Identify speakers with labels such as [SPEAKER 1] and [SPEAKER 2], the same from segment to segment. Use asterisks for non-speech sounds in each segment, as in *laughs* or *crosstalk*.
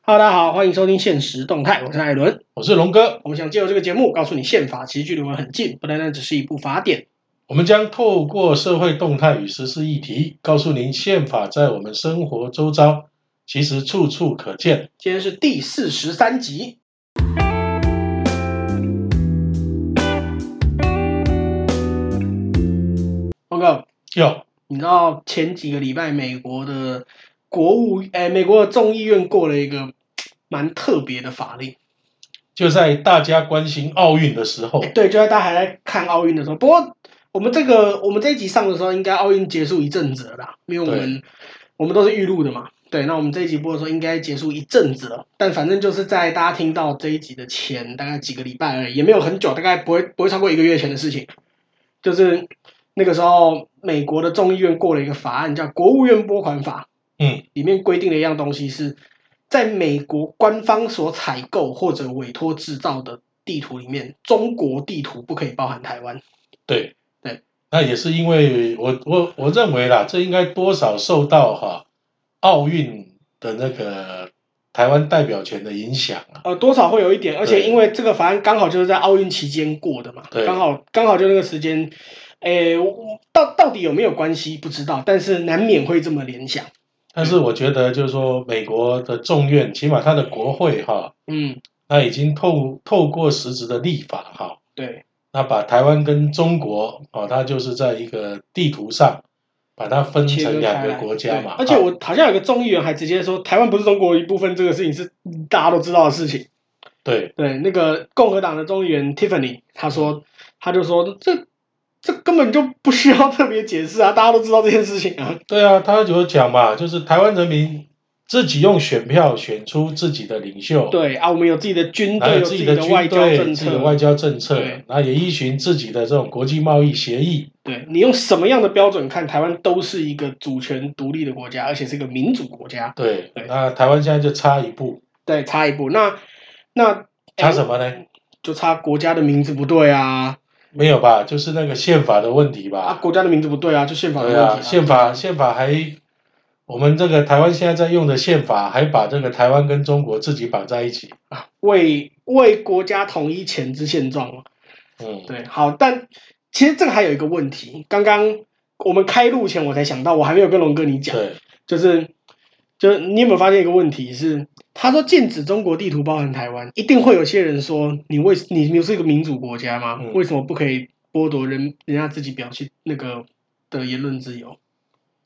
[SPEAKER 1] Hello，大家好，欢迎收听《现实动态》，我是艾伦。
[SPEAKER 2] 我是龙哥，
[SPEAKER 1] 我们想借由这个节目，告诉你宪法其实距离我们很近，不单单只是一部法典。
[SPEAKER 2] 我们将透过社会动态与时事议题，告诉您宪法在我们生活周遭其实处处可见。
[SPEAKER 1] 今天是第四十三集。龙哥，
[SPEAKER 2] 哟，
[SPEAKER 1] 你知道前几个礼拜美国的国务，哎，美国的众议院过了一个蛮特别的法令。
[SPEAKER 2] 就在大家关心奥运的时候，
[SPEAKER 1] *laughs* 对，就在大家还在看奥运的时候。不过我们这个我们这一集上的时候，应该奥运结束一阵子了啦，因为我们我们都是预录的嘛。对，那我们这一集播的时候应该结束一阵子了，但反正就是在大家听到这一集的前大概几个礼拜而已，也没有很久，大概不会不会超过一个月前的事情。就是那个时候，美国的众议院过了一个法案，叫《国务院拨款法》，
[SPEAKER 2] 嗯，
[SPEAKER 1] 里面规定的一样东西是，在美国官方所采购或者委托制造的地图里面，中国地图不可以包含台湾。
[SPEAKER 2] 对，
[SPEAKER 1] 对，
[SPEAKER 2] 那也是因为我我我认为啦，这应该多少受到哈、奥运的那个台湾代表权的影响啊。
[SPEAKER 1] 呃，多少会有一点，而且因为这个法案刚好就是在奥运期间过的嘛，
[SPEAKER 2] 对
[SPEAKER 1] 刚好刚好就那个时间，诶，我我到到底有没有关系不知道，但是难免会这么联想。
[SPEAKER 2] 但是我觉得就是说，美国的众院，起码它的国会哈、
[SPEAKER 1] 嗯，
[SPEAKER 2] 那已经透透过实质的立法哈、
[SPEAKER 1] 对，
[SPEAKER 2] 那把台湾跟中国哦，它就是在一个地图上把它分
[SPEAKER 1] 切
[SPEAKER 2] 成
[SPEAKER 1] 割
[SPEAKER 2] 两
[SPEAKER 1] 开
[SPEAKER 2] 个
[SPEAKER 1] 来。
[SPEAKER 2] 国家嘛。
[SPEAKER 1] 对而且
[SPEAKER 2] 啊
[SPEAKER 1] 我好像有个众议员还直接说，台湾不是中国一部分，这个事情是大家都知道的事情。
[SPEAKER 2] 对
[SPEAKER 1] 对，那个共和党的众议员 Tiffany，他说，他就说，这这根本就不需要特别解释啊，大家都知道这件事情啊。
[SPEAKER 2] 对啊，他有讲嘛，就是台湾人民自己用选票选出自己的领袖，
[SPEAKER 1] 对啊，我们有自己的军
[SPEAKER 2] 然后
[SPEAKER 1] 队，
[SPEAKER 2] 有
[SPEAKER 1] 有
[SPEAKER 2] 自己
[SPEAKER 1] 己
[SPEAKER 2] 的
[SPEAKER 1] 的外
[SPEAKER 2] 军
[SPEAKER 1] 交
[SPEAKER 2] 队、
[SPEAKER 1] 政
[SPEAKER 2] 自己的
[SPEAKER 1] 策
[SPEAKER 2] 外，交政策
[SPEAKER 1] 对，
[SPEAKER 2] 那也依循自己的这种国际贸易协议。
[SPEAKER 1] 对你用什么样的标准看台湾都是一个主权独立的国家，而且是一个民主国家。
[SPEAKER 2] 对，
[SPEAKER 1] 对
[SPEAKER 2] 那台湾现在就差一步，
[SPEAKER 1] 对，差一步，那那
[SPEAKER 2] 差什么呢？
[SPEAKER 1] 就差国家的名字不对啊，
[SPEAKER 2] 没有吧？就是那个宪法的问题吧。
[SPEAKER 1] 啊，国家的名字不对啊，就宪法的问
[SPEAKER 2] 对
[SPEAKER 1] 题、
[SPEAKER 2] 啊，宪法宪法还，我们这个台湾现在在用的宪法还把这个台湾跟中国自己绑在一起。
[SPEAKER 1] 啊，为为国家统一前之现状嘛。啊
[SPEAKER 2] 嗯，
[SPEAKER 1] 对，好，但其实这个还有一个问题，刚刚我们开录前我才想到，我还没有跟龙哥你讲，
[SPEAKER 2] 对
[SPEAKER 1] 就是就是你有没有发现一个问题是，他说禁止中国地图包含台湾，一定会有些人说，你为你你是一个民主国家吗？
[SPEAKER 2] 嗯
[SPEAKER 1] 为什么不可以剥夺人人家自己表现那个的言论自由？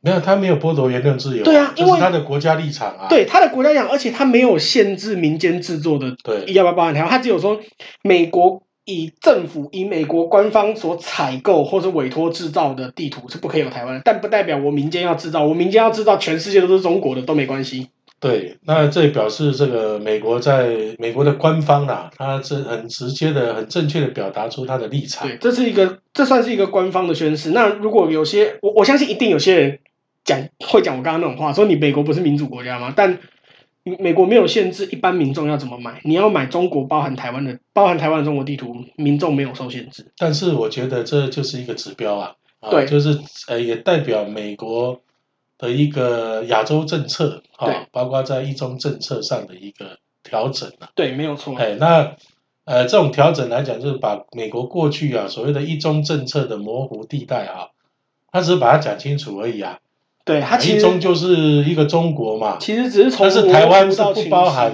[SPEAKER 2] 没有他没有剥夺言论自由，
[SPEAKER 1] 对啊
[SPEAKER 2] 这
[SPEAKER 1] 因
[SPEAKER 2] 是
[SPEAKER 1] 为
[SPEAKER 2] 他的国家立场啊。
[SPEAKER 1] 对他的国家讲，而且他没有限制民间制作的
[SPEAKER 2] 对
[SPEAKER 1] 要不要包含台湾，他只有说美国以政府以美国官方所采购或是委托制造的地图是不可以有台湾的，但不代表我民间要制造，我民间要制造全世界都是中国的都没关系。
[SPEAKER 2] 对，那这表示这个美国在美国的官方啦、他是很直接的、很正确的表达出他的立场。
[SPEAKER 1] 对，这是一个这算是一个官方的宣誓。那如果有些我我相信一定有些人讲会讲我刚刚那种话，说你美国不是民主国家吗？但美美国没有限制一般民众要怎么买，你要买中国包含台湾的包含台湾的中国地图，民众没有受限制。
[SPEAKER 2] 但是我觉得这就是一个指标啊，啊
[SPEAKER 1] 对
[SPEAKER 2] 就是呃，也代表美国的一个亚洲政策
[SPEAKER 1] 对
[SPEAKER 2] 啊，包括在一中政策上的一个调整啊。
[SPEAKER 1] 对，没有错。
[SPEAKER 2] 哎，那呃，这种调整来讲，就是把美国过去啊所谓的一中政策的模糊地带啊，他只是把它讲清楚而已啊。
[SPEAKER 1] 对，它其
[SPEAKER 2] 一
[SPEAKER 1] 实
[SPEAKER 2] 中就是一个中国嘛，
[SPEAKER 1] 其实只是从
[SPEAKER 2] 但是
[SPEAKER 1] 模糊
[SPEAKER 2] 台湾是
[SPEAKER 1] 到
[SPEAKER 2] 不
[SPEAKER 1] 清
[SPEAKER 2] 包
[SPEAKER 1] 晰
[SPEAKER 2] 含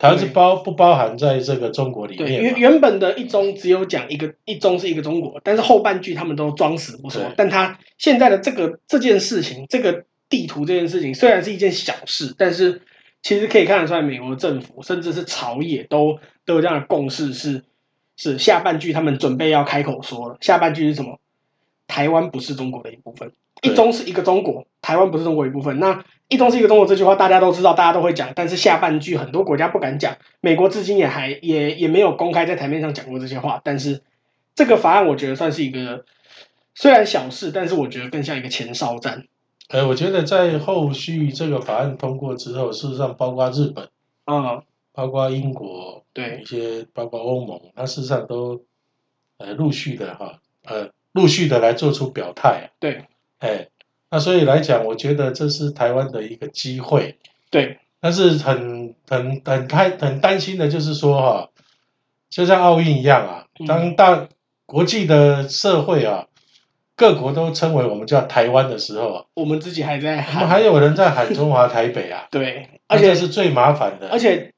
[SPEAKER 2] 台湾是包不包含在这个中国里
[SPEAKER 1] 对
[SPEAKER 2] 面
[SPEAKER 1] 原
[SPEAKER 2] 嘛？
[SPEAKER 1] 原本的一中只有讲一个一中是一个中国，但是后半句他们都装死不说
[SPEAKER 2] 对。
[SPEAKER 1] 但他现在的这个这件事情，这个地图这件事情虽然是一件小事，但是其实可以看得出来，美国政府甚至是朝野都都有这样的共识是是下半句他们准备要开口说了，下半句是什么？台湾不是中国的一部分，
[SPEAKER 2] 对
[SPEAKER 1] 一中是一个中国，台湾不是中国一部分。那一中是一个中国这句话大家都知道，大家都会讲，但是下半句很多国家不敢讲。美国至今也还也也没有公开在台面上讲过这些话，但是这个法案我觉得算是一个虽然小事，但是我觉得更像一个前哨战
[SPEAKER 2] 呃，我觉得在后续这个法案通过之后，事实上包括日本、
[SPEAKER 1] 啊、
[SPEAKER 2] 包括英国、
[SPEAKER 1] 对
[SPEAKER 2] 一些包括欧盟，它事实上都呃陆续的哈呃陆续的来做出表态啊。
[SPEAKER 1] 对
[SPEAKER 2] 哎，那所以来讲，我觉得这是台湾的一个机会。
[SPEAKER 1] 对
[SPEAKER 2] 但是很很很开很担心的就是说哈、就像奥运一样啊
[SPEAKER 1] 嗯，
[SPEAKER 2] 当大国际的社会啊，各国都称为我们叫台湾的时候啊，
[SPEAKER 1] 我们自己还在
[SPEAKER 2] 我们
[SPEAKER 1] 喊，，
[SPEAKER 2] 还有人在喊中华台北啊
[SPEAKER 1] 对，*laughs*
[SPEAKER 2] 那
[SPEAKER 1] 而
[SPEAKER 2] 这
[SPEAKER 1] 且
[SPEAKER 2] 是最麻烦的。
[SPEAKER 1] 而且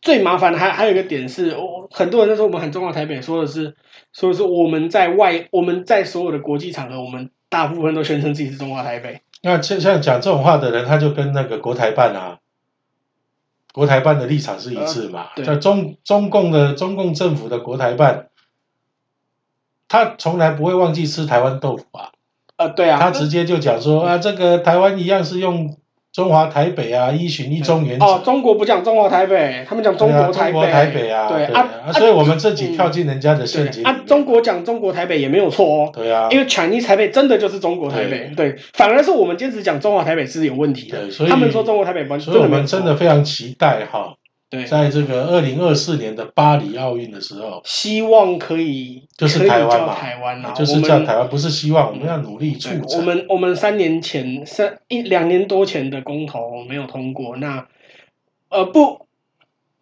[SPEAKER 1] 最麻烦的还还有一个点是，我很多人那时候我们很中华台北说的是，说的是我们在外我们在所有的国际场合，我们大部分都宣称自己是中华台北，
[SPEAKER 2] 那像像讲这种话的人，他就跟那个国台办啊，国台办的立场是一致嘛。
[SPEAKER 1] 啊对
[SPEAKER 2] 在中中共的中共政府的国台办，他从来不会忘记吃台湾豆腐啊，
[SPEAKER 1] 呃，对啊，
[SPEAKER 2] 他直接就讲说啊，这个台湾一样是用中华台北啊，一循一中原则。
[SPEAKER 1] 哦，中国不讲中华台北，他们讲中
[SPEAKER 2] 对啊
[SPEAKER 1] 国台
[SPEAKER 2] 中国
[SPEAKER 1] 北，
[SPEAKER 2] 台北啊，
[SPEAKER 1] 对
[SPEAKER 2] 啊
[SPEAKER 1] 啊，
[SPEAKER 2] 所以我们自己
[SPEAKER 1] 嗯
[SPEAKER 2] 跳进人家的陷
[SPEAKER 1] 对
[SPEAKER 2] 阱里
[SPEAKER 1] 啊
[SPEAKER 2] 面，
[SPEAKER 1] 中国讲中国台北也没有错哦。
[SPEAKER 2] 对啊，
[SPEAKER 1] 因为 Chinese 台北真的就是中国台北，对，反而是我们坚持讲中华台北是有问题的。
[SPEAKER 2] 对，所以
[SPEAKER 1] 他们说中国台北完
[SPEAKER 2] 所以我
[SPEAKER 1] 真
[SPEAKER 2] 们真
[SPEAKER 1] 的
[SPEAKER 2] 的非常期待哈，
[SPEAKER 1] 没有错
[SPEAKER 2] 在这个二零二四年的巴黎奥运的时
[SPEAKER 1] 对，，
[SPEAKER 2] 候
[SPEAKER 1] 希望可以
[SPEAKER 2] 就是
[SPEAKER 1] 可以
[SPEAKER 2] 台湾
[SPEAKER 1] 叫
[SPEAKER 2] 嘛
[SPEAKER 1] 台湾啊啦，
[SPEAKER 2] 就是叫台湾，不是希望，我们要努力
[SPEAKER 1] 对
[SPEAKER 2] 促
[SPEAKER 1] 我
[SPEAKER 2] 成。
[SPEAKER 1] 们我们三年前三一两年多前的公投没有通过，那呃不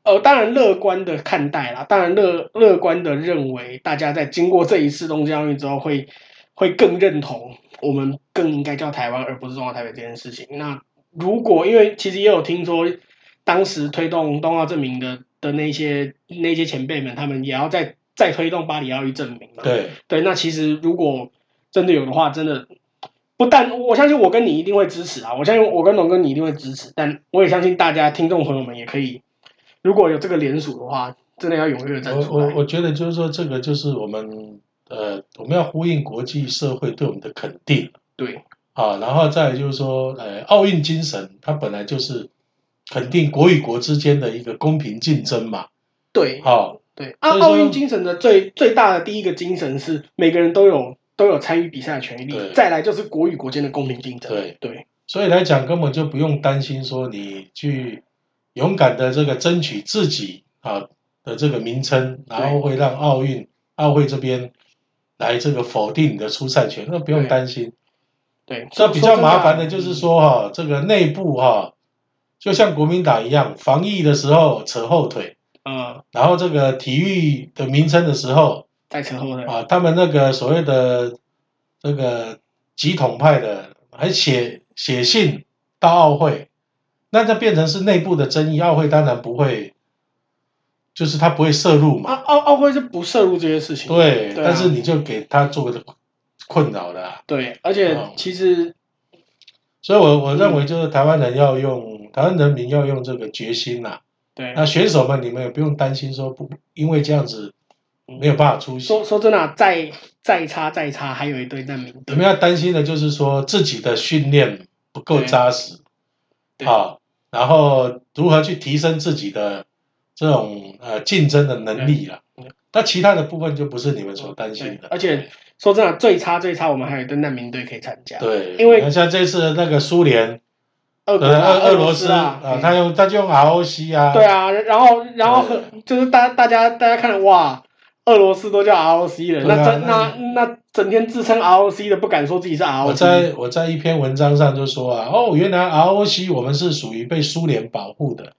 [SPEAKER 1] 呃当然乐观的看待啦，当然乐乐观的认为大家在经过这一次东京奥运之后会会更认同我们更应该叫台湾而不是中华台北这件事情。那如果因为其实也有听说，当时推动冬奥证明的的那些那些前辈们，他们也要再再推动巴黎奥运证明嘛，
[SPEAKER 2] 对，
[SPEAKER 1] 对，那其实如果真的有的话，真的不但我相信我跟你一定会支持啊，我相信我跟龙哥你一定会支持，但我也相信大家听众朋友们也可以，如果有这个联署的话，真的要踊跃站
[SPEAKER 2] 我
[SPEAKER 1] 出
[SPEAKER 2] 我
[SPEAKER 1] 来。
[SPEAKER 2] 我觉得就是说，这个就是我们呃，我们要呼应国际社会对我们的肯定
[SPEAKER 1] 对
[SPEAKER 2] 啊，然后再来就是说，呃，奥运精神它本来就是肯定国与国之间的一个公平竞争嘛，
[SPEAKER 1] 对
[SPEAKER 2] 好、
[SPEAKER 1] 对，啊，
[SPEAKER 2] 所以说
[SPEAKER 1] 奥运精神的最最大的第一个精神是每个人都有都有参与比赛的权利，
[SPEAKER 2] 对
[SPEAKER 1] 再来就是国与国间的公平竞争。
[SPEAKER 2] 对
[SPEAKER 1] 对
[SPEAKER 2] 所以来讲，根本就不用担心说你去勇敢的这个争取自己啊的这个名称，
[SPEAKER 1] 对
[SPEAKER 2] 然后会让奥运奥会这边来这个否定你的出赛权，那不用
[SPEAKER 1] 对
[SPEAKER 2] 担心。
[SPEAKER 1] 对，
[SPEAKER 2] 这比较麻烦的
[SPEAKER 1] 说
[SPEAKER 2] 就
[SPEAKER 1] 真啊
[SPEAKER 2] 是说哈、这个内部哈、就像国民党一样，防疫的时候扯后腿，
[SPEAKER 1] 啊，嗯，
[SPEAKER 2] 然后这个体育的名称的时候
[SPEAKER 1] 在扯后的，
[SPEAKER 2] *laughs* 啊，他们那个所谓的这个极统派的还写写信到奥会，那这变成是内部的争议，奥会当然不会，就是他不会涉入
[SPEAKER 1] 啊
[SPEAKER 2] 嘛，
[SPEAKER 1] 奥奥会是不涉入这些事情的。
[SPEAKER 2] 对，
[SPEAKER 1] 对啊
[SPEAKER 2] 但是你就给他做个困扰了啊、
[SPEAKER 1] 对，而且
[SPEAKER 2] 哦
[SPEAKER 1] 其实
[SPEAKER 2] 所以我我认为就是台湾人要用、台湾人民要用这个决心呐、
[SPEAKER 1] 对，
[SPEAKER 2] 那选手们，你们也不用担心说不因为这样子没有办法出席。
[SPEAKER 1] 说说真的啊、再再差再差，还有一队难民
[SPEAKER 2] 你
[SPEAKER 1] 队
[SPEAKER 2] 们。要担心的就是说自己的训练不够扎实
[SPEAKER 1] 对
[SPEAKER 2] 啊，然后如何去提升自己的这种呃竞争的能力了、
[SPEAKER 1] 对
[SPEAKER 2] 那其他的部分就不是你们所担心
[SPEAKER 1] 对，
[SPEAKER 2] 的。
[SPEAKER 1] 而且说真的啊、最差最差，我们还有一队难民队可以参加。
[SPEAKER 2] 对，
[SPEAKER 1] 因为
[SPEAKER 2] 你看像这次那个苏联，
[SPEAKER 1] 俄国
[SPEAKER 2] 呃，
[SPEAKER 1] 啊、
[SPEAKER 2] 俄
[SPEAKER 1] 俄
[SPEAKER 2] 罗斯
[SPEAKER 1] 斯啊，
[SPEAKER 2] 啊
[SPEAKER 1] 嗯，
[SPEAKER 2] 他用他就用 ROC 啊，
[SPEAKER 1] 对啊，然后然后
[SPEAKER 2] 对
[SPEAKER 1] 很就是大大家大家看哇，俄罗斯都叫 ROC 了，
[SPEAKER 2] 对啊
[SPEAKER 1] 那真
[SPEAKER 2] 那
[SPEAKER 1] 那那整天自称 ROC 的不敢说自己是
[SPEAKER 2] 我
[SPEAKER 1] ROC，
[SPEAKER 2] 在我在一篇文章上就说啊，哦，原来 ROC 我们是属于被苏联保护的，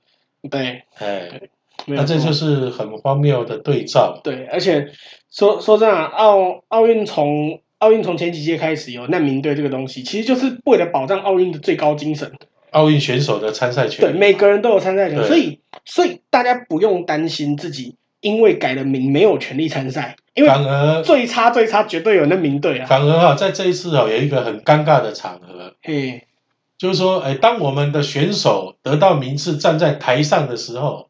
[SPEAKER 1] 对，
[SPEAKER 2] 哎，
[SPEAKER 1] 没有
[SPEAKER 2] 那这
[SPEAKER 1] 错
[SPEAKER 2] 就是很荒谬的对照。
[SPEAKER 1] 对，而且说说真的啊、奥奥运从奥运从前几届开始有难民队这个东西，其实就是为了保障奥运的最高精神。
[SPEAKER 2] 奥运选手的参赛
[SPEAKER 1] 对，
[SPEAKER 2] 权，
[SPEAKER 1] 每个人都有参赛权，
[SPEAKER 2] 对
[SPEAKER 1] 所以所以大家不用担心自己因为改了名没有权利参赛，因为
[SPEAKER 2] 反而
[SPEAKER 1] 最差最差绝对有难民队啊。
[SPEAKER 2] 反而哈、在这一次哦，有一个很尴尬的场合，
[SPEAKER 1] 嘿，
[SPEAKER 2] 就是说，哎，当我们的选手得到名次站在台上的时候，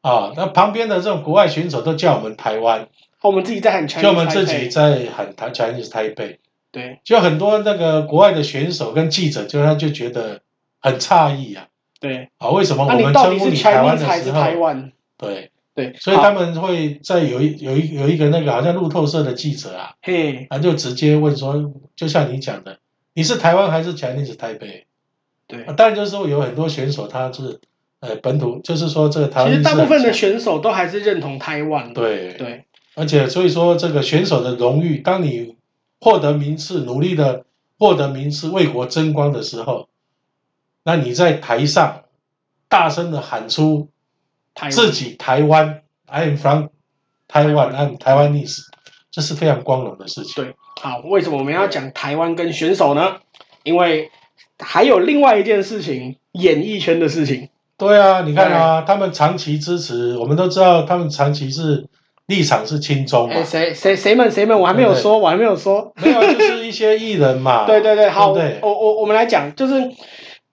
[SPEAKER 2] 啊，那旁边的这种国外选手都叫我们台湾，
[SPEAKER 1] 我们自己在喊 Chinese
[SPEAKER 2] 就我们自己
[SPEAKER 1] Taipei
[SPEAKER 2] 在喊台 Chinese Taipei，
[SPEAKER 1] 对
[SPEAKER 2] 就很多那个国外的选手跟记者就他就觉得很诧异啊。
[SPEAKER 1] 对，
[SPEAKER 2] 啊，为什么我
[SPEAKER 1] 那、你
[SPEAKER 2] 们
[SPEAKER 1] 到
[SPEAKER 2] 称
[SPEAKER 1] 底
[SPEAKER 2] 呼
[SPEAKER 1] 是
[SPEAKER 2] 你台湾
[SPEAKER 1] Chinese 还
[SPEAKER 2] 的时
[SPEAKER 1] 是
[SPEAKER 2] 候
[SPEAKER 1] 台，湾？
[SPEAKER 2] 对，
[SPEAKER 1] 对，
[SPEAKER 2] 所以
[SPEAKER 1] 好
[SPEAKER 2] 他们会在有一有一有一个那个好像路透社的记者啊，
[SPEAKER 1] 嘿，
[SPEAKER 2] 他就直接问说，就像你讲的，你是台湾还是 Chinese 台北？
[SPEAKER 1] 对
[SPEAKER 2] 啊，。当然就是说有很多选手他是呃本土，就是说这个台湾
[SPEAKER 1] 其实
[SPEAKER 2] 意识
[SPEAKER 1] 大
[SPEAKER 2] 很
[SPEAKER 1] 部分的
[SPEAKER 2] 强
[SPEAKER 1] 选手都还是认同台湾的，
[SPEAKER 2] 对，
[SPEAKER 1] 对
[SPEAKER 2] 而且所以说这个选手的荣誉，当你获得名次，努力的获得名次，为国争光的时候，那你在台上大声的喊出
[SPEAKER 1] 台湾
[SPEAKER 2] 自己台湾，I am from Taiwan，I'm Taiwanese，这是非常光荣的事情。
[SPEAKER 1] 对，好，为什么我们要讲台湾跟选手呢？因为还有另外一件事情，演艺圈的事情。
[SPEAKER 2] 对啊，你看
[SPEAKER 1] 哎
[SPEAKER 2] 啊，他们长期支持，我们都知道他们长期是立场是亲中嘛
[SPEAKER 1] 哎，，谁谁谁们谁们，我还没有说，我还没有说。
[SPEAKER 2] 没有啊就是一些艺人
[SPEAKER 1] *laughs*
[SPEAKER 2] 嘛。
[SPEAKER 1] 对对对，好，哦
[SPEAKER 2] 对不啊对
[SPEAKER 1] 我我我们来讲，就是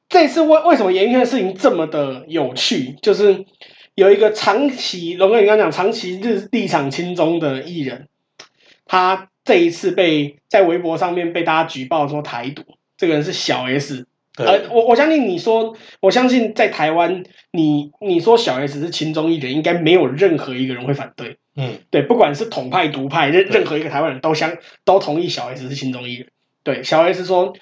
[SPEAKER 1] 这次为为什么演艺圈的事情这么的有趣，就是有一个长期，龙哥你刚刚讲长期日立场亲中的艺人，他这一次被在微博上面被大家举报说台独，这个人是小 S。呃
[SPEAKER 2] 对，
[SPEAKER 1] 我我相信你说，我相信在台湾，你你说小 S 是亲中艺人，应该没有任何一个人会反对。
[SPEAKER 2] 嗯，
[SPEAKER 1] 对，不管是统派、独派，任
[SPEAKER 2] 对
[SPEAKER 1] 任何一个台湾人都相都同意小 S 是亲中艺人。对，小 S 说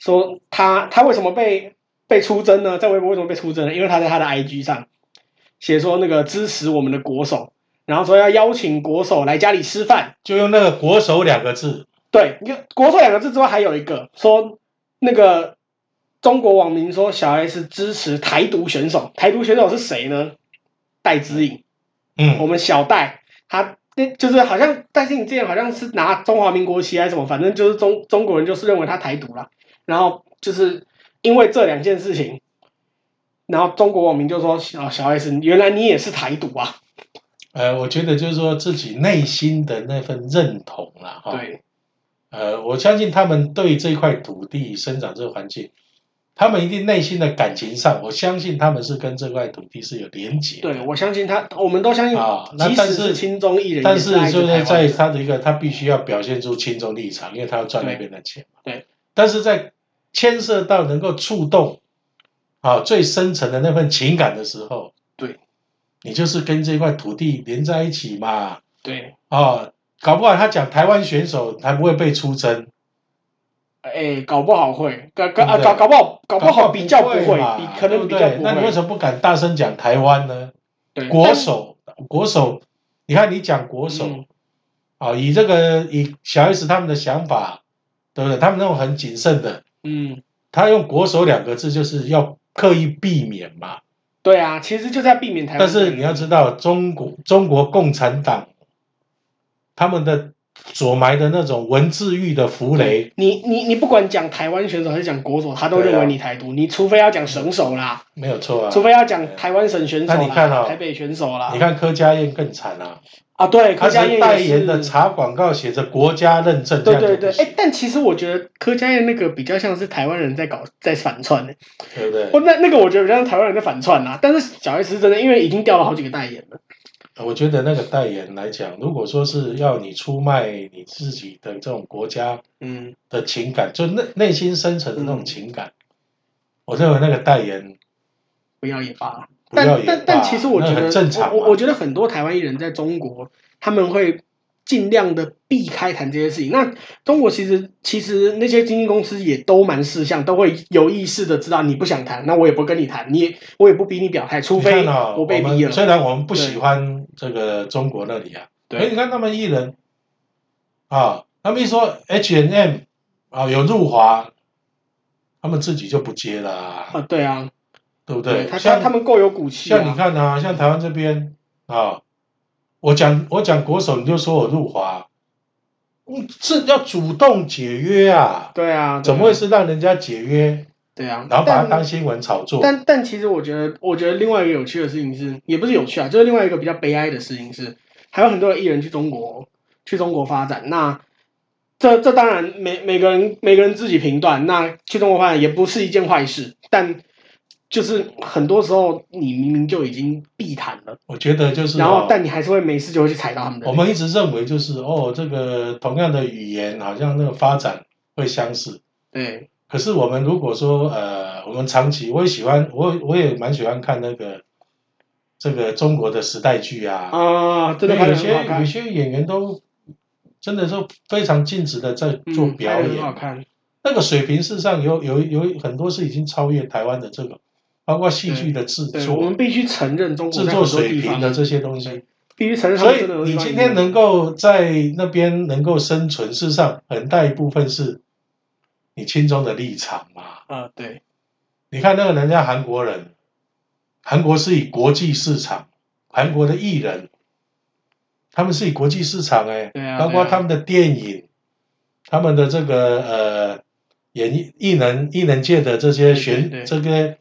[SPEAKER 1] 说他他为什么被被出征呢？在微博为什么被出征呢？因为他在他的 IG 上写说那个支持我们的国手，然后说要邀请国手来家里吃饭。
[SPEAKER 2] 就用那个“国手”两个字，
[SPEAKER 1] 对，你看“国手”两个字之外，还有一个说那个中国网民说小 S 支持台独选手，台独选手是谁呢？戴资颖。我
[SPEAKER 2] 嗯，
[SPEAKER 1] 们小戴他那就是好像戴信之前好像是拿中华民国旗还是什么，反正就是中中国人就是认为他台独啦。然后就是因为这两件事情，然后中国网民就说：“小小 S，原来你也是台独啊
[SPEAKER 2] 呃，我觉得就是说自己内心的那份认同啦，！”哈，
[SPEAKER 1] 对，
[SPEAKER 2] 呃，我相信他们对这块土地生长这个环境，他们一定内心的感情上，我相信他们是跟这块土地是有连结的。
[SPEAKER 1] 对我相信他，我们都相信
[SPEAKER 2] 啊，那
[SPEAKER 1] 即
[SPEAKER 2] 但
[SPEAKER 1] 使
[SPEAKER 2] 是
[SPEAKER 1] 亲中艺人，
[SPEAKER 2] 但
[SPEAKER 1] 也
[SPEAKER 2] 是
[SPEAKER 1] 爱着
[SPEAKER 2] 就是
[SPEAKER 1] 台湾
[SPEAKER 2] 在
[SPEAKER 1] 人
[SPEAKER 2] 他的一个，他必须要表现出亲中立场，因为他要赚那边的钱嘛。
[SPEAKER 1] 对对
[SPEAKER 2] 但是在牵涉到能够触动啊最深层的那份情感的时候，
[SPEAKER 1] 对，
[SPEAKER 2] 你就是跟这块土地连在一起嘛。
[SPEAKER 1] 对，
[SPEAKER 2] 啊，搞不好他讲台湾选手还不会被出征，
[SPEAKER 1] 哎，搞不好会，搞搞啊
[SPEAKER 2] 对不对
[SPEAKER 1] 搞搞不好搞不好比较不
[SPEAKER 2] 会
[SPEAKER 1] 会
[SPEAKER 2] 嘛，
[SPEAKER 1] 比可能比较
[SPEAKER 2] 对不对
[SPEAKER 1] 不
[SPEAKER 2] 那你为
[SPEAKER 1] 会。
[SPEAKER 2] 什么不敢大声讲台湾呢？
[SPEAKER 1] 对，
[SPEAKER 2] 国
[SPEAKER 1] 但
[SPEAKER 2] 手，国手，你看你讲国手。
[SPEAKER 1] 嗯
[SPEAKER 2] 啊，以这个以小 S 他们的想法，对不对？他们那种很谨慎的，
[SPEAKER 1] 嗯，
[SPEAKER 2] 他用“国手”两个字就是要刻意避免嘛。
[SPEAKER 1] 对啊，其实就在避免台湾。
[SPEAKER 2] 但是你要知道，中国中国共产党他们的所埋的那种文字狱的浮雷，
[SPEAKER 1] 你你你不管讲台湾选手还是讲国手，他都
[SPEAKER 2] 啊
[SPEAKER 1] 认为你台独。你除非要讲省手啦，
[SPEAKER 2] 没有错啊。
[SPEAKER 1] 除非要讲台湾省选手啦，
[SPEAKER 2] 那你看哦
[SPEAKER 1] 台北选手啦
[SPEAKER 2] 你，看柯佳燕更惨啊，
[SPEAKER 1] 啊对，柯
[SPEAKER 2] 他
[SPEAKER 1] 佳燕
[SPEAKER 2] 是
[SPEAKER 1] 也
[SPEAKER 2] 代
[SPEAKER 1] 是
[SPEAKER 2] 言的茶广告写着“国家认证”，
[SPEAKER 1] 对对对，
[SPEAKER 2] 这样就不
[SPEAKER 1] 哎
[SPEAKER 2] 行，，
[SPEAKER 1] 但其实我觉得柯佳燕那个比较像是台湾人在搞在反串的、
[SPEAKER 2] 对不
[SPEAKER 1] 哦，那那个我觉得比较像台湾人在反串啦、但是小 S 真的因为已经掉了好几个代言了，
[SPEAKER 2] 对？呃我觉得那个代言来讲，如果说是要你出卖你自己的这种国家
[SPEAKER 1] 嗯，
[SPEAKER 2] 的情感，就内内心深层的那种情感。我认为那个代言
[SPEAKER 1] 不要也罢。
[SPEAKER 2] 不要
[SPEAKER 1] 但
[SPEAKER 2] 也罢
[SPEAKER 1] 但但其实我觉
[SPEAKER 2] 那
[SPEAKER 1] 得
[SPEAKER 2] 很正常嘛
[SPEAKER 1] 我我我觉得很多台湾艺人在中国他们会尽量的避开谈这些事情。那中国其实其实那些经纪公司也都蛮识相，都会有意识的知道你不想谈，那我也不跟你谈，你也我也不逼你表态，除非
[SPEAKER 2] 你看啊
[SPEAKER 1] 我被
[SPEAKER 2] 们
[SPEAKER 1] 逼了。
[SPEAKER 2] 虽然我们不喜欢这个中国那里啊，可是
[SPEAKER 1] 对
[SPEAKER 2] 你看他们艺人啊，他们一说 H and M 啊有入华，他们自己就不接了、啊，
[SPEAKER 1] 啊，对啊，
[SPEAKER 2] 对不对？
[SPEAKER 1] 他他
[SPEAKER 2] 像
[SPEAKER 1] 他们够有骨气
[SPEAKER 2] 像你
[SPEAKER 1] 啊。
[SPEAKER 2] 看啊，像台湾这边啊，我讲我讲国手，你就说我入华，嗯，是要主动解约啊，
[SPEAKER 1] 对啊，对啊
[SPEAKER 2] 怎么会？是让人家解约？
[SPEAKER 1] 对啊，
[SPEAKER 2] 然后把它
[SPEAKER 1] 但
[SPEAKER 2] 当新闻炒作。
[SPEAKER 1] 但但其实我觉得，我觉得另外一个有趣的事情是，也不是有趣啊，就是另外一个比较悲哀的事情是，还有很多的艺人去中国去中国发展。那这这当然每每个人每个人自己评断，那去中国发展也不是一件坏事，但就是很多时候你明明就已经避谈了，
[SPEAKER 2] 我觉得就是、哦，
[SPEAKER 1] 然后但你还是会没事就会去踩到他们的。
[SPEAKER 2] 我们一直认为就是哦，这个同样的语言好像那个发展会相似。
[SPEAKER 1] 对，
[SPEAKER 2] 可是我们如果说呃，我们长期我也喜欢，我我也蛮喜欢看那个这个中国的时代剧啊，
[SPEAKER 1] 啊、真的
[SPEAKER 2] 因为
[SPEAKER 1] 拍
[SPEAKER 2] 有
[SPEAKER 1] 的很好
[SPEAKER 2] 些有
[SPEAKER 1] 看，
[SPEAKER 2] 些演员都真的是非常尽职的在做
[SPEAKER 1] 嗯，
[SPEAKER 2] 表
[SPEAKER 1] 拍的
[SPEAKER 2] 演
[SPEAKER 1] 很，好看，
[SPEAKER 2] 那个水平事实上有有有很多是已经超越台湾的这个，包括戏剧的制
[SPEAKER 1] 对，我
[SPEAKER 2] 作、
[SPEAKER 1] 们必须承认中国
[SPEAKER 2] 制
[SPEAKER 1] 在
[SPEAKER 2] 作
[SPEAKER 1] 很多
[SPEAKER 2] 水
[SPEAKER 1] 地
[SPEAKER 2] 平
[SPEAKER 1] 方
[SPEAKER 2] 的这些东西。
[SPEAKER 1] 必须承认他
[SPEAKER 2] 所
[SPEAKER 1] 们
[SPEAKER 2] 以
[SPEAKER 1] 真的有地
[SPEAKER 2] 你
[SPEAKER 1] 方
[SPEAKER 2] 今
[SPEAKER 1] 赢
[SPEAKER 2] 天能够在那边能够生存，事实上很大一部分是你亲中的立场嘛。
[SPEAKER 1] 啊、对。
[SPEAKER 2] 你看那个人家韩国人，韩国是以国际市场，韩国的艺人，他们是以国际市场哎、
[SPEAKER 1] 对啊
[SPEAKER 2] 包括
[SPEAKER 1] 对啊
[SPEAKER 2] 他们的电影，他们的这个呃演艺艺能艺能界的这些选
[SPEAKER 1] 对对对
[SPEAKER 2] 这个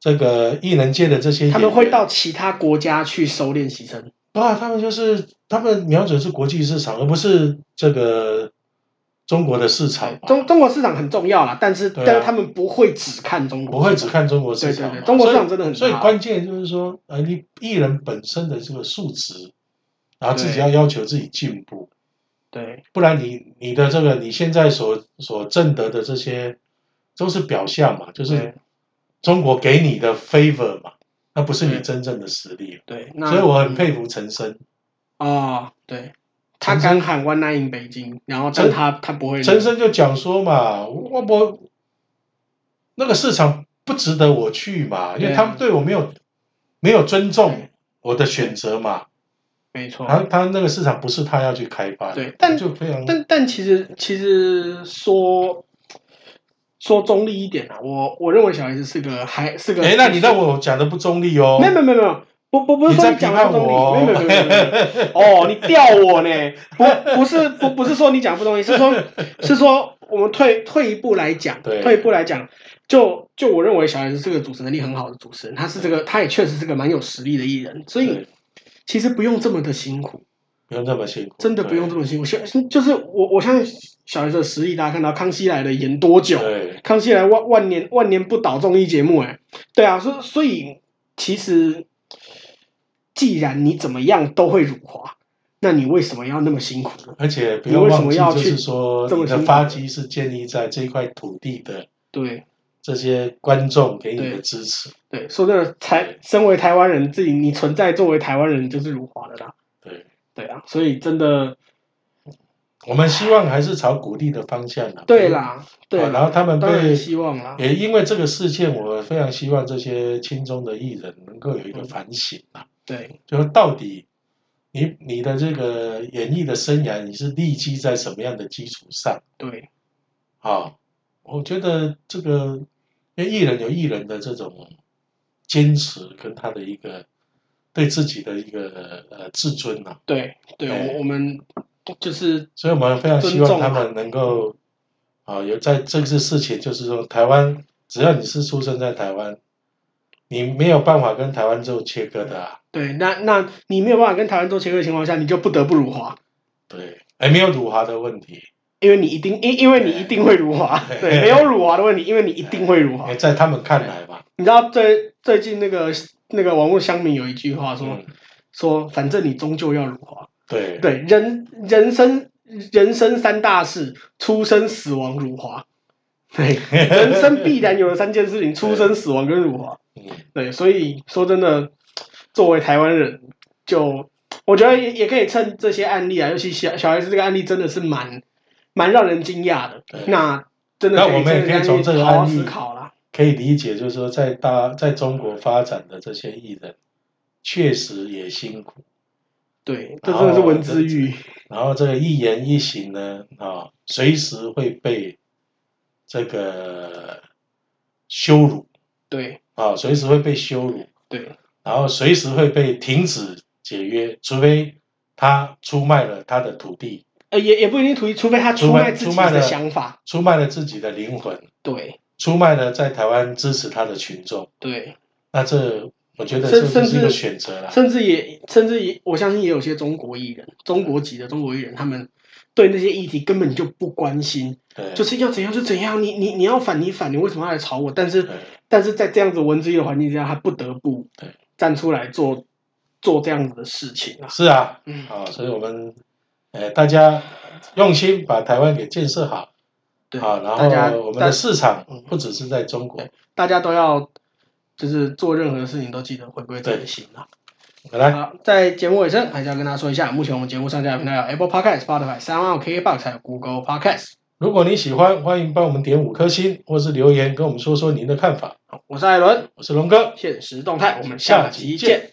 [SPEAKER 2] 这个艺能界的这些演
[SPEAKER 1] 他
[SPEAKER 2] 员，
[SPEAKER 1] 们会到其他国家去收练习生。
[SPEAKER 2] 对啊，他们就是他们瞄准是国际市场，而不是这个中国的市场吧，
[SPEAKER 1] 中中国市场很重要啦，但是、
[SPEAKER 2] 对啊
[SPEAKER 1] 但是他们不会只看中国，
[SPEAKER 2] 不会只。看中国市场
[SPEAKER 1] 对
[SPEAKER 2] 嘛
[SPEAKER 1] 对对中国市场
[SPEAKER 2] 所
[SPEAKER 1] 真
[SPEAKER 2] 以
[SPEAKER 1] 的很大
[SPEAKER 2] 所以关键就是说，呃，你艺人本身的这个素质，然后自己
[SPEAKER 1] 对
[SPEAKER 2] 要要求自己进步，
[SPEAKER 1] 对
[SPEAKER 2] 不然你你的这个你现在所所挣得的这些都是表象嘛，就是
[SPEAKER 1] 对
[SPEAKER 2] 中国给你的 favor 嘛，那不是你
[SPEAKER 1] 对
[SPEAKER 2] 真正的实力。
[SPEAKER 1] 对，那
[SPEAKER 2] 所以我很佩服陈升，
[SPEAKER 1] 哦，对他敢喊 One Night in 北京，然后但
[SPEAKER 2] 陈
[SPEAKER 1] 他他不会
[SPEAKER 2] 陈升就讲说嘛，我我那个市场不值得我去嘛，因为
[SPEAKER 1] 对啊
[SPEAKER 2] 他们对我没有没有尊重
[SPEAKER 1] 对
[SPEAKER 2] 我的选择嘛，
[SPEAKER 1] 没错。
[SPEAKER 2] 他他那个市场不是他要去开发的，
[SPEAKER 1] 对但
[SPEAKER 2] 就非常
[SPEAKER 1] 但但其实其实说说中立一点啊，我我认为小 S 是个还是个
[SPEAKER 2] 哎，那你让我讲的不中立哦
[SPEAKER 1] 没，有没有没有没有不不不是
[SPEAKER 2] 你
[SPEAKER 1] 说
[SPEAKER 2] 在
[SPEAKER 1] 你
[SPEAKER 2] 批
[SPEAKER 1] 讲
[SPEAKER 2] 判
[SPEAKER 1] 的中立，
[SPEAKER 2] 我
[SPEAKER 1] 没有没有没有没有没有。没有
[SPEAKER 2] *laughs* 哦，
[SPEAKER 1] 哦，你吊我呢？不，不是，不不是说你讲不同意，是
[SPEAKER 2] *laughs*
[SPEAKER 1] 说，是说我们退退一步来讲，
[SPEAKER 2] 对
[SPEAKER 1] 退一步来讲，就就我认为小 S 是个主持能力很好的主持人，他是这个，他也确实是个蛮有实力的艺人，所以
[SPEAKER 2] 对
[SPEAKER 1] 其实不用这么的辛苦，
[SPEAKER 2] 不用这么辛苦，
[SPEAKER 1] 真的不用这
[SPEAKER 2] 么
[SPEAKER 1] 么辛苦。像就是我我相信小 S 的实力，大家看到《康熙来了》演多久，
[SPEAKER 2] 对，
[SPEAKER 1] 康熙来万万年万年不倒综艺节目、哎，对啊，所所以其实，既然你怎么样都会辱华，那你为什么要那么辛苦呢？
[SPEAKER 2] 而且不要
[SPEAKER 1] 你为什
[SPEAKER 2] 忘
[SPEAKER 1] 么
[SPEAKER 2] 记，
[SPEAKER 1] 要
[SPEAKER 2] 就
[SPEAKER 1] 去
[SPEAKER 2] 是说
[SPEAKER 1] 这么
[SPEAKER 2] 你的
[SPEAKER 1] 辛苦
[SPEAKER 2] 发
[SPEAKER 1] 呢
[SPEAKER 2] 迹是建立在这一块土地的
[SPEAKER 1] 对
[SPEAKER 2] 这些观众给你的
[SPEAKER 1] 对
[SPEAKER 2] 支持，
[SPEAKER 1] 对，说真的，台身为台湾人，自己你存在作为台湾人就是辱华的啦。
[SPEAKER 2] 对。
[SPEAKER 1] 对啊，所以真的
[SPEAKER 2] 我们希望还是朝鼓励的方向啦。
[SPEAKER 1] 对啦，对
[SPEAKER 2] 啊
[SPEAKER 1] 啦，
[SPEAKER 2] 然后他们
[SPEAKER 1] 当
[SPEAKER 2] 被
[SPEAKER 1] 然希望啦。
[SPEAKER 2] 也因为这个事件，我非常希望这些亲中的艺人能够有一个反省啊，
[SPEAKER 1] 对
[SPEAKER 2] 就是到底你你的这个演艺的生涯，你是立基在什么样的基础上
[SPEAKER 1] 对
[SPEAKER 2] 啊？我觉得这个，因为艺人有艺人的这种坚持跟他的一个对自己的一个呃自尊呐、啊，
[SPEAKER 1] 对对，
[SPEAKER 2] 哎
[SPEAKER 1] 我我们就是
[SPEAKER 2] 所以我们非常希
[SPEAKER 1] 尊
[SPEAKER 2] 望
[SPEAKER 1] 重
[SPEAKER 2] 他
[SPEAKER 1] 啊
[SPEAKER 2] 们能够啊，有在这个事情，就是说台湾，只要你是出生在台湾，你没有办法跟台湾做切割的、啊，
[SPEAKER 1] 对，那那你没有办法跟台湾做切割的情况下，你就不得不辱华。
[SPEAKER 2] 对，哎，没有辱华的问题，
[SPEAKER 1] 因为你一定因因为你一定会辱华，
[SPEAKER 2] 对
[SPEAKER 1] 对，没有辱华的问题，因为你一定会辱
[SPEAKER 2] 因
[SPEAKER 1] 华
[SPEAKER 2] 为。在他们看来嘛，
[SPEAKER 1] 你知道最最近那个那个网络乡民有一句话说、
[SPEAKER 2] 嗯，
[SPEAKER 1] 说，反正你终究要辱华。
[SPEAKER 2] 对，
[SPEAKER 1] 对，人人生人生三大事：出生、死亡、辱华。
[SPEAKER 2] *laughs*
[SPEAKER 1] 对，人生必然有的三件事情：出生、死亡跟辱华。
[SPEAKER 2] 嗯，
[SPEAKER 1] 对，所以说真的，作为台湾人，就我觉得也也可以趁这些案例啊，尤其小小 S 这个案例真的是蛮蛮让人惊讶的
[SPEAKER 2] 对。
[SPEAKER 1] 那真的
[SPEAKER 2] 那
[SPEAKER 1] 可以
[SPEAKER 2] 我们也
[SPEAKER 1] 趁
[SPEAKER 2] 可以从这个
[SPEAKER 1] 好好
[SPEAKER 2] 案例
[SPEAKER 1] 思考啦。
[SPEAKER 2] 可以理解，就是说在大在中国发展的这些艺人，确实也辛苦，哦
[SPEAKER 1] 对，这真的是文字狱。
[SPEAKER 2] 然后这个一言一行呢，啊，随时会被这个羞辱
[SPEAKER 1] 对
[SPEAKER 2] 啊，随时会被羞辱，
[SPEAKER 1] 对
[SPEAKER 2] 然后随时会被停止解约，除非他出卖了他的土地，
[SPEAKER 1] 呃，也也不一定图一，除非他
[SPEAKER 2] 出
[SPEAKER 1] 出
[SPEAKER 2] 卖
[SPEAKER 1] 卖自
[SPEAKER 2] 出
[SPEAKER 1] 己
[SPEAKER 2] 卖了
[SPEAKER 1] 的想法。
[SPEAKER 2] 出卖了自己的灵魂，
[SPEAKER 1] 对
[SPEAKER 2] 出卖了在台湾支持他的群众，
[SPEAKER 1] 对，
[SPEAKER 2] 那这我觉得
[SPEAKER 1] 甚
[SPEAKER 2] 这就是一
[SPEAKER 1] 甚
[SPEAKER 2] 个
[SPEAKER 1] 至
[SPEAKER 2] 选择啦。
[SPEAKER 1] 甚至也甚至也，我相信也有些中国艺人，中国籍的中国艺人，他们对那些议题根本就不关心，
[SPEAKER 2] 对，
[SPEAKER 1] 就是要怎样就怎样，你你你要反你反，你为什么要来吵我？但是
[SPEAKER 2] 对
[SPEAKER 1] 但是在这样子文字狱的环境之下，他不得不
[SPEAKER 2] 对
[SPEAKER 1] 站出来做做这样子的事情啊。
[SPEAKER 2] 是啊，
[SPEAKER 1] 嗯，
[SPEAKER 2] 啊，所以我们呃大家用心把台湾给建设好。
[SPEAKER 1] 对，
[SPEAKER 2] 啊，然
[SPEAKER 1] 大家
[SPEAKER 2] 后我们
[SPEAKER 1] 大
[SPEAKER 2] 的市场
[SPEAKER 1] 嗯
[SPEAKER 2] 不只是在中国
[SPEAKER 1] 对，大家都要就是做任何事情都记得回归本心啊。
[SPEAKER 2] 来，
[SPEAKER 1] 好，在节目尾声，还是要跟大家说一下，目前我们节目上架的平台有 Apple Podcast、Spotify、三万 KBox 还有 Google Podcast。
[SPEAKER 2] 如果你喜欢，欢迎帮我们点五颗星，或是留言跟我们说说您的看法。
[SPEAKER 1] 好我是艾伦，
[SPEAKER 2] 我是龙哥，
[SPEAKER 1] 现实动态，我们下集见。